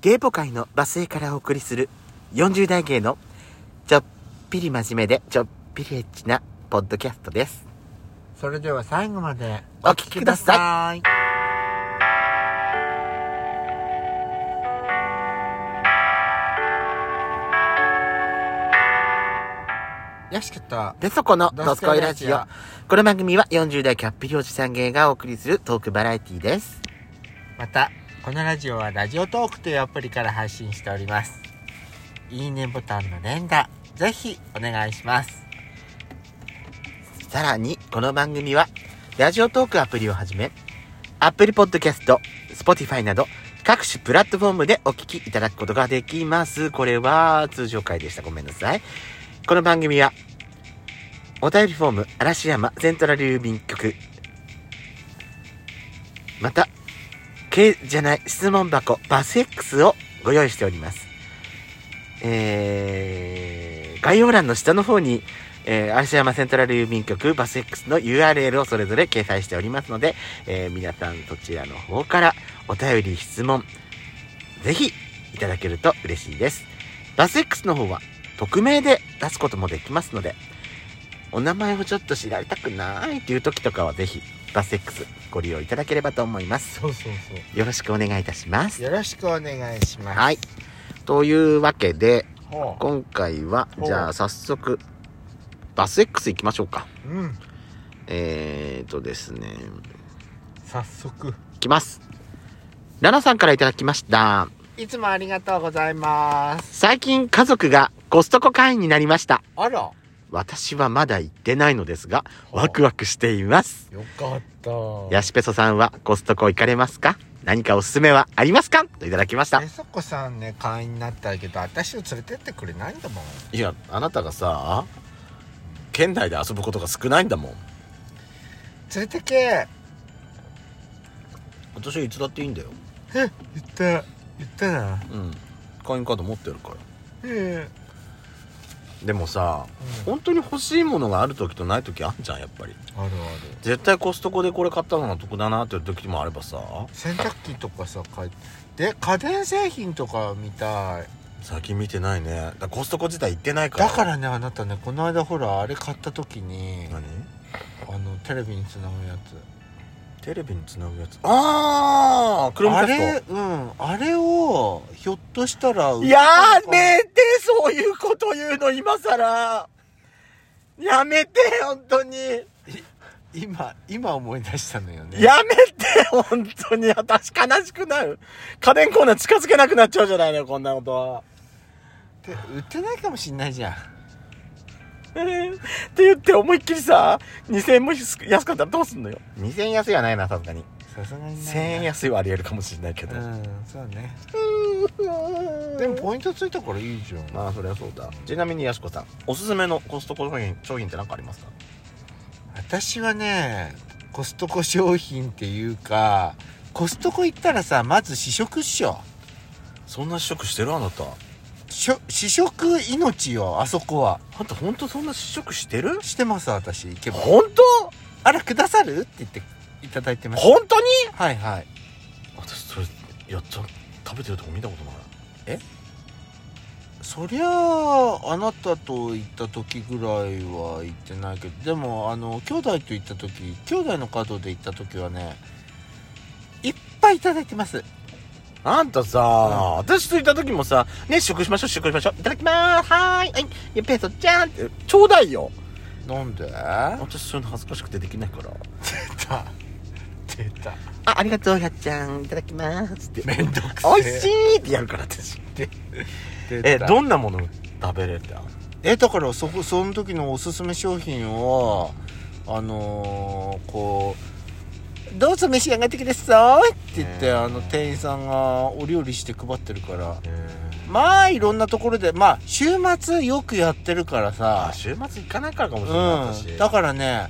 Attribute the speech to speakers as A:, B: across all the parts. A: ゲイポ界のバスへからお送りする40代芸のちょっぴり真面目でちょっぴりエッチなポッドキャストです。
B: それでは最後まで
A: お聞きくださ
B: い。よしきった。
A: で、そこのドスコイラジオ。この番組は40代キャッピリおじさん芸がお送りするトークバラエティです。
B: また、このラジオはラジオトークというアプリから配信しております。いいねボタンの連打、ぜひお願いします。
A: さらに、この番組は、ラジオトークアプリをはじめ、アップルポッドキャスト、スポティファイなど、各種プラットフォームでお聞きいただくことができます。これは、通常回でした。ごめんなさい。この番組は、お便りフォーム、嵐山セントラル郵便局、また、けじゃない、質問箱、バス X をご用意しております。えー、概要欄の下の方に、えー、嵐山セントラル郵便局バス X の URL をそれぞれ掲載しておりますので、えー皆さんそちらの方からお便り、質問、ぜひいただけると嬉しいです。バス X の方は匿名で出すこともできますので、お名前をちょっと知られたくないという時とかはぜひバス X ご利用いただければと思います。
B: そうそうそ
A: よろしくお願いいたします。
B: よろしくお願いします。
A: はい。というわけで、
B: ほ
A: 今回は
B: ほう
A: じゃあ早速バス X 行きましょうか
B: う。うん。
A: えーとですね
B: 早速。
A: 行きますラナさんからいただきました
B: いつもありがとうございます。
A: 最近家族がコストコ会員になりました
B: あら。
A: 私はまだ行ってないのですがワクワクしています
B: よかった。
A: ヤシペソさんはコストコ行かれますか何かおすすめはありますかといただきました
B: えそこさんね会員になったけど私を連れてってくれないんだもん
A: いやあなたがさ県内で遊ぶことが少ないんだもん
B: 連れてけ
A: 私はいつだっていいんだよ
B: え言った言ったな
A: うん会員カード持ってるから
B: え
A: でもさ
B: うん
A: 本当に欲しいものがある時とない時あんじゃんやっぱり
B: あるある
A: 絶対コストコでこれ買ったのが得だなっていう時もあればさ
B: 洗濯機とかさ買いで家電製品とか見たい
A: 最近見てないねだからコストコ自体行ってないから
B: だからねあなたねこの間ほらあれ買った時に
A: 何
B: あのテレビにつなぐやつ
A: テレビにつなぐやつああクローム
B: あ
A: キャス
B: れうんあれをひょっとしたら
A: トやめてそういうこと言うの今さらやめて本当に
B: 今今思い出したのよね
A: やめて本当に私悲しくなる家電コーナー近づけなくなっちゃうじゃないのよこんなことは
B: で売ってないかもしんないじゃん
A: って言って思いっきりさ2000円も安かったらどうすんのよ2000円安いはないなさすがに
B: さすがにないな
A: 1000円安いはありえるかもしれないけど、
B: うんそうねでもポイントついたからいいじゃん
A: まあそりゃそうだちなみにやしこさんおすすめのコストコ商品商品って何かありますか
B: 私はねコストコ商品っていうかコストコ行ったらさまず試食っしょ
A: そんな試食してるあなた
B: しょ試食命よあそこは
A: あんた本当そんな試食してる
B: してます私行けば
A: 本当
B: あらくださるって言っていただいてます
A: 本当に
B: はいはい
A: 私それやっちゃん食べてるとこ見たことない
B: そりゃああなたと行った時ぐらいは行ってないけどでもあの兄弟と行った時兄弟のカードで行った時はねいっぱいいただいてます
A: あんたさ、私といた時もさ、ね、試食しましょう、試食しましょう。いただきまーす。はーい。はい。いや、ペーソちゃんって、ちょうだいよ。
B: なんで
A: 私そういうの恥ずかしくてできないから
B: 出た出た
A: あありがとうやっちゃんいただきますって
B: めんどくせえ
A: おいしいってやるから私え
B: 出た
A: どんなもの食べれた
B: えだからそこその時のおすすめ商品をあのーこう「どうぞ召し上がってください」って言って
A: うん
B: あの店員さんがお料理して配ってるからまあいろんなところでまあ週末よくやってるから
A: あ
B: さ
A: 週末行かないからかもしれない、
B: うん
A: 私
B: だからね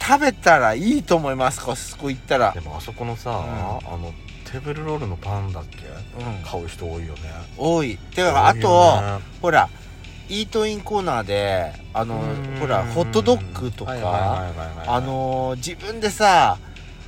B: 食べたらいいと思いますコストコ行ったら
A: でもあそこのさ、
B: ん
A: あのテーブルロールのパンだっけ
B: うん
A: 買う人多いよね
B: 多いて
A: だ
B: かあとほらイートインコーナーであのほらホットドッグとか、あのー自分でさ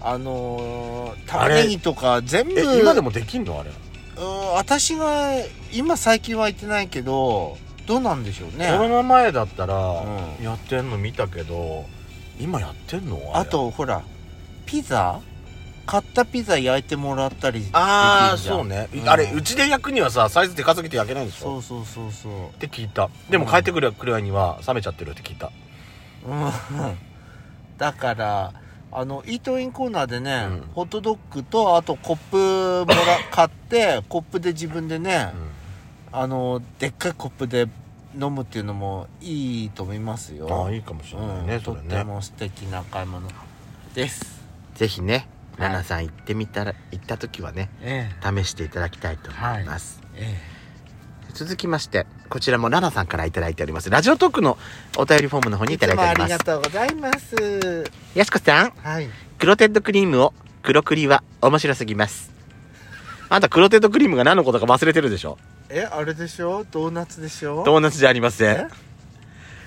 B: あのー
A: あ
B: 玉
A: れ
B: ねぎとか全部
A: え今でもできんのあれ
B: うん私が今最近は行ってないけどどうなんでしょうね
A: コロナ前だったら
B: う
A: やってんの見たけど今やってんのれ
B: あとほらピザ買ったピザ焼いてもらったりできるじゃん
A: ああそうね、
B: うん
A: あれうちで焼くにはさサイズでかすぎて焼けないんでしょ
B: そうそうそうそう
A: って聞いたでも
B: うん
A: 帰ってくるくらいには冷めちゃってるって聞いた
B: うんだからあのイートインコーナーでね、
A: うん
B: ホットドッグとあとコップもら買ってコップで自分でね、あのでっかいコップで飲むっていうのもいいと思いますよ
A: ああいいかもしれないね、
B: うん、
A: そ
B: と
A: れ
B: って
A: ね
B: も素敵な買い物です
A: ぜひね
B: はい
A: 奈々さん行ってみたら行った時はね
B: え
A: 試していただきたいと思います、
B: ええ
A: 続きましてこちらも奈々さんからいただいておりますラジオトークのお便りフォームの方
B: え
A: にいただいており
B: つもあ
A: ま
B: りが
A: す
B: とうございます
A: やしこさん
B: はい
A: 黒テッドクリームを黒クリは面白すぎますあんた黒テッドクリームが何のことか忘れてるでしょ
B: えあれでしょドーナツでしょ
A: ドーナツじゃありませ
B: え
A: ん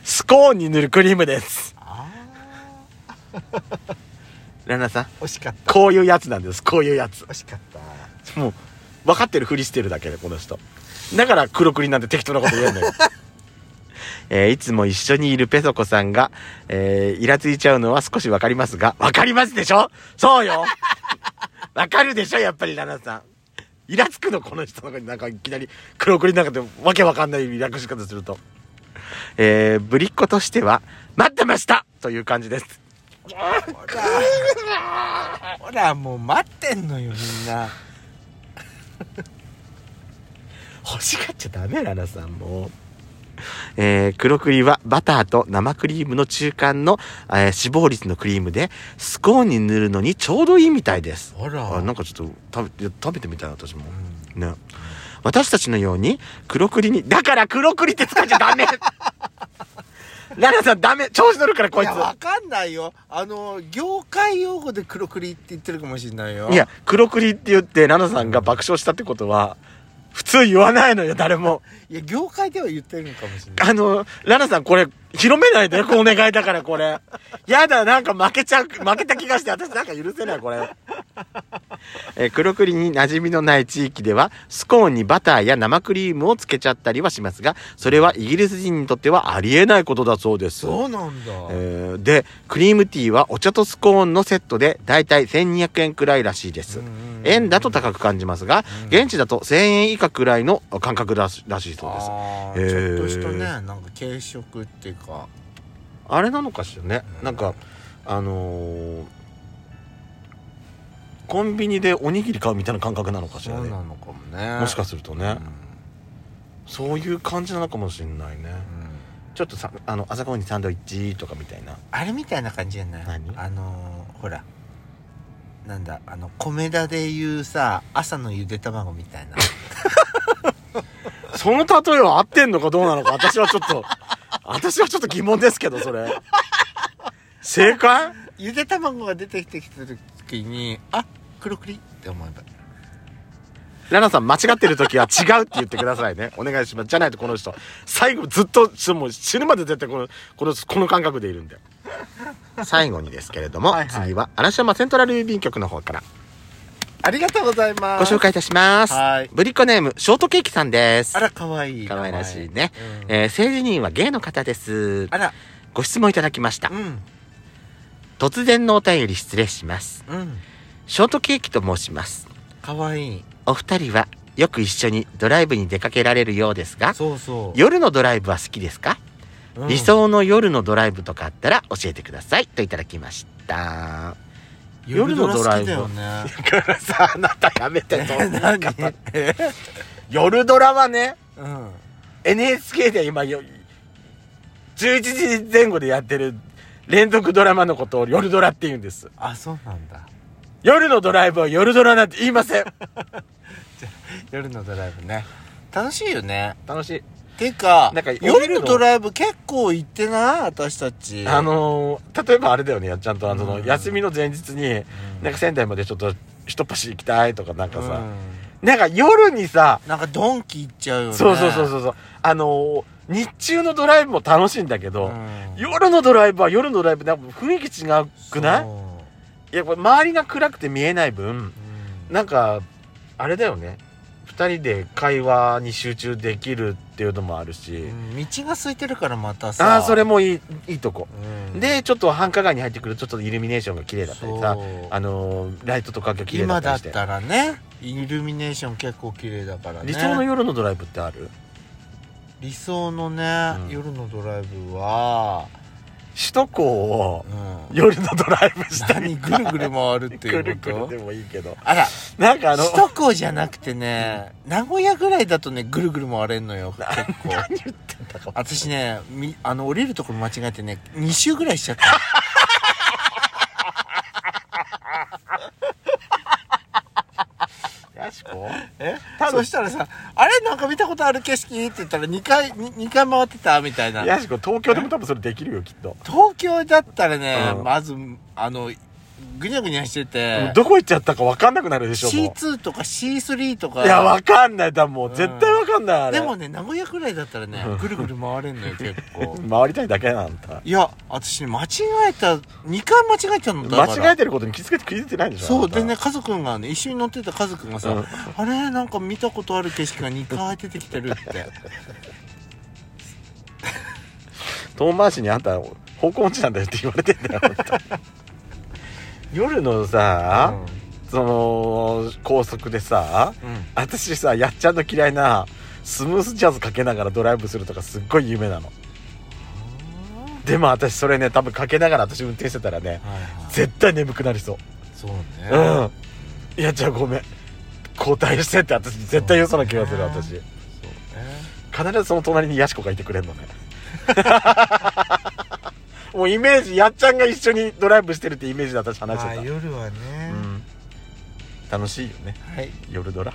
A: スコーンに塗るクリームです
B: あ
A: ランナさん
B: ー惜しかった
A: こういうやつなんですこういうやつ
B: 惜しかった
A: もう分かってるふりしてるだけでこの人だから黒クリなんて適当なこと言えない えーいつも一緒にいるペソコさんが、えーイラついちゃうのは少しわかりますが、わかりますでしょそうよわかるでしょやっぱりラナさん。イラつくのこの人の中になんかいきなり黒クリなんかでわけわかんない略し方すると。えー、ぶりっ子としては、待ってましたという感じです。
B: ほらほらもう待ってんのよみんな
A: 欲しがっちゃダメラナさんもうえー黒栗はバターと生クリームの中間の、えー死亡率のクリームでスコーンに塗るのにちょうどいいみたいです
B: ほら
A: あなんかちょっと食べいや食べてみたいな私も
B: う
A: ね私たちのように黒栗にだから黒栗って使っちゃダ メラナさんダメ調子乗るからこ
B: ん
A: い
B: い
A: つ
B: やわかんないよあの業界用語で黒栗って言ってるかもしれないよ
A: いや黒栗って言ってラナさんが爆笑したってことは普通言わないのよ誰 も
B: いや業界では言ってるのかもしれない
A: あの、ラナさんこれ、広めないで、お願いだからこれ。やだ、なんか負けちゃう、負けた気がして、私なんか許せない、これ。えー黒栗に馴染みのない地域では、スコーンにバターや生クリームをつけちゃったりはしますが、それはイギリス人にとってはありえないことだそうです。
B: そうなんだ、
A: えーで、クリームティーはお茶とスコーンのセットで、だいたい1200円くらいらしいです。円だと高く感じますが、
B: うん
A: 現地だと1000円以下くらいの感覚らしらしいそうです。
B: あ
A: へー
B: ーちょっとしたねなんか軽食っていうか
A: あれなのかしらね、
B: うん
A: なんかあのーコンビニでおにぎり買うみたいな感覚なのかし
B: そ
A: ら
B: う
A: ね
B: なのかもね
A: もしか
B: し
A: すると
B: て
A: ね、そういう感じなのかもしれないねちょっとさあの朝ごはんにサンドイッチとかみたいな
B: あれみたいな感じじゃない
A: 何
B: あのーほらなんだあの米田でいうさ朝のゆで卵み たいな
A: その例えは合ってんのかどうなのか私はちょっと私はちょっと疑問ですけどそれ正解
B: ゆで卵が出てきてきた時にあ黒栗って思えば
A: ラナさん間違ってる時は違うって言ってくださいねお願いしますじゃないとこの人最後ずっとちょもう死ぬまで絶対このこのこの感覚でいるんで最後にですけれども
B: はいはい
A: 次は嵐山セントラル郵便局の方から
B: ありがとうござい
A: ご
B: ます
A: 紹介いたします
B: はい
A: ぶりっ子ネームショートケーキさんです
B: あら可愛い
A: 可愛らしいね
B: 名前うん
A: えー、性自認はゲイの方です
B: あら
A: ご質問いただきました
B: うん
A: 突然のお便り失礼します
B: うん
A: ショートケーキと申します
B: 可愛い
A: お二人はよく一緒にドライブに出かけられるようですが
B: そうそう
A: 夜のドライブは好きですか
B: うん
A: 理想の夜のドライブとかあったら教えてくださいといただきました
B: 夜のドライブ
A: 夜の
B: ね
A: からさあなたやめ て
B: 何
A: 夜ドラはね
B: うん
A: NHK で今よ11時前後でやってる連続ドラマのことを夜ドラって言うんです
B: あそうなんだ
A: 夜のドライブは夜ドラなんて言いません
B: 夜のドライブね楽しいよね
A: 楽しい
B: ていうか
A: なんか夜の
B: 夜のドライブ結構行ってない私たち
A: あ、のー例えばあれだよねちゃんとあのその
B: うん
A: 休みの前日に
B: うん
A: なんか仙台までちょっと一っ走行きたいとかなんか
B: う
A: さ、
B: ん
A: なんか夜にさ
B: なんかドンキ行っちゃうよね
A: そうそうそうそうそう。あのー日中のドライブも楽しいんだけど、
B: うん
A: 夜のドライブは夜のドライブでなんか雰囲気違くない
B: そう
A: いやっぱ周りが暗くて見えない分、
B: うん
A: なんか、あれだよね。 2人で会話に集中できるっていうのもあるし、
B: うん道が空いてるからまたさ
A: ああそれもいいいいとこ、
B: うん
A: でちょっと繁華街に入ってくるとちょっとイルミネーションが綺麗だったりさ
B: そう
A: あのーライトとかが綺麗だ
B: 今
A: った
B: だ
A: り
B: っ
A: して
B: たらねイルミネーション結構綺麗だからね
A: 理想の夜のドライブってある
B: 理想のね、
A: うん
B: 夜のドライブは、
A: 首都高を
B: うん、
A: 夜のドライブしたり
B: 何ぐるぐる回るって
A: く
B: い
A: る
B: う
A: く
B: こ
A: る
B: と
A: でもいいけど
B: あら
A: なんかあの
B: 首都高じゃなくてね、名古屋ぐらいだとねぐるぐる回れんのよ結構
A: 何言ってんだか
B: 私ねみあの降りるところ間違えてね2周ぐらいしちゃった
A: やしこ
B: え
A: 多分
B: そしたらさ「あれなんか見たことある景色?」って言ったら2回に二回回ってたみたいな
A: やしこ東京でも多分それできるよきっと
B: 東京だったらね、
A: うん
B: まずあのぐにゃぐにゃしてて
A: どこ行っちゃったか分かんなくなるでしょも
B: C2 とか C3 と
A: う
B: か
A: いや分かんないだもう絶対分かんないあれ
B: でもね名古屋ぐらいだったらね
A: うん
B: ぐるぐる回れんのよ結構
A: 回りたいだけなんだ
B: いや私ね間違えた2回間違えたのだから
A: 間違えてることに気づけて気づいてないんでしょ
B: そ
A: あ
B: う
A: なた
B: でねカズくんがね一緒に乗ってたカズくんがさ、
A: うん
B: あれなんか見たことある景色が2回出てきてるって
A: 遠回しにあんた方向音痴なんだよって言われてんだよ本当夜のさ、その高速でさ
B: うん、うん
A: 私さやっちゃんの嫌いなスムースジャズかけながらドライブするとかすっごい夢なのでも私それね多分かけながら私運転してたらね
B: はいはい
A: 絶対眠くなりそう
B: そうね、
A: うんいやじゃあごめん交代してって私絶対よそな気がする
B: そうね
A: 私
B: そうね
A: 必ずその隣にヤシコがいてくれるの ねもうイメージやっちゃんが一緒にドライブしてるってイメージで私話し
B: まあ
A: て
B: 夜はね
A: た、う、ん、楽しいよね
B: はい
A: 夜ドラ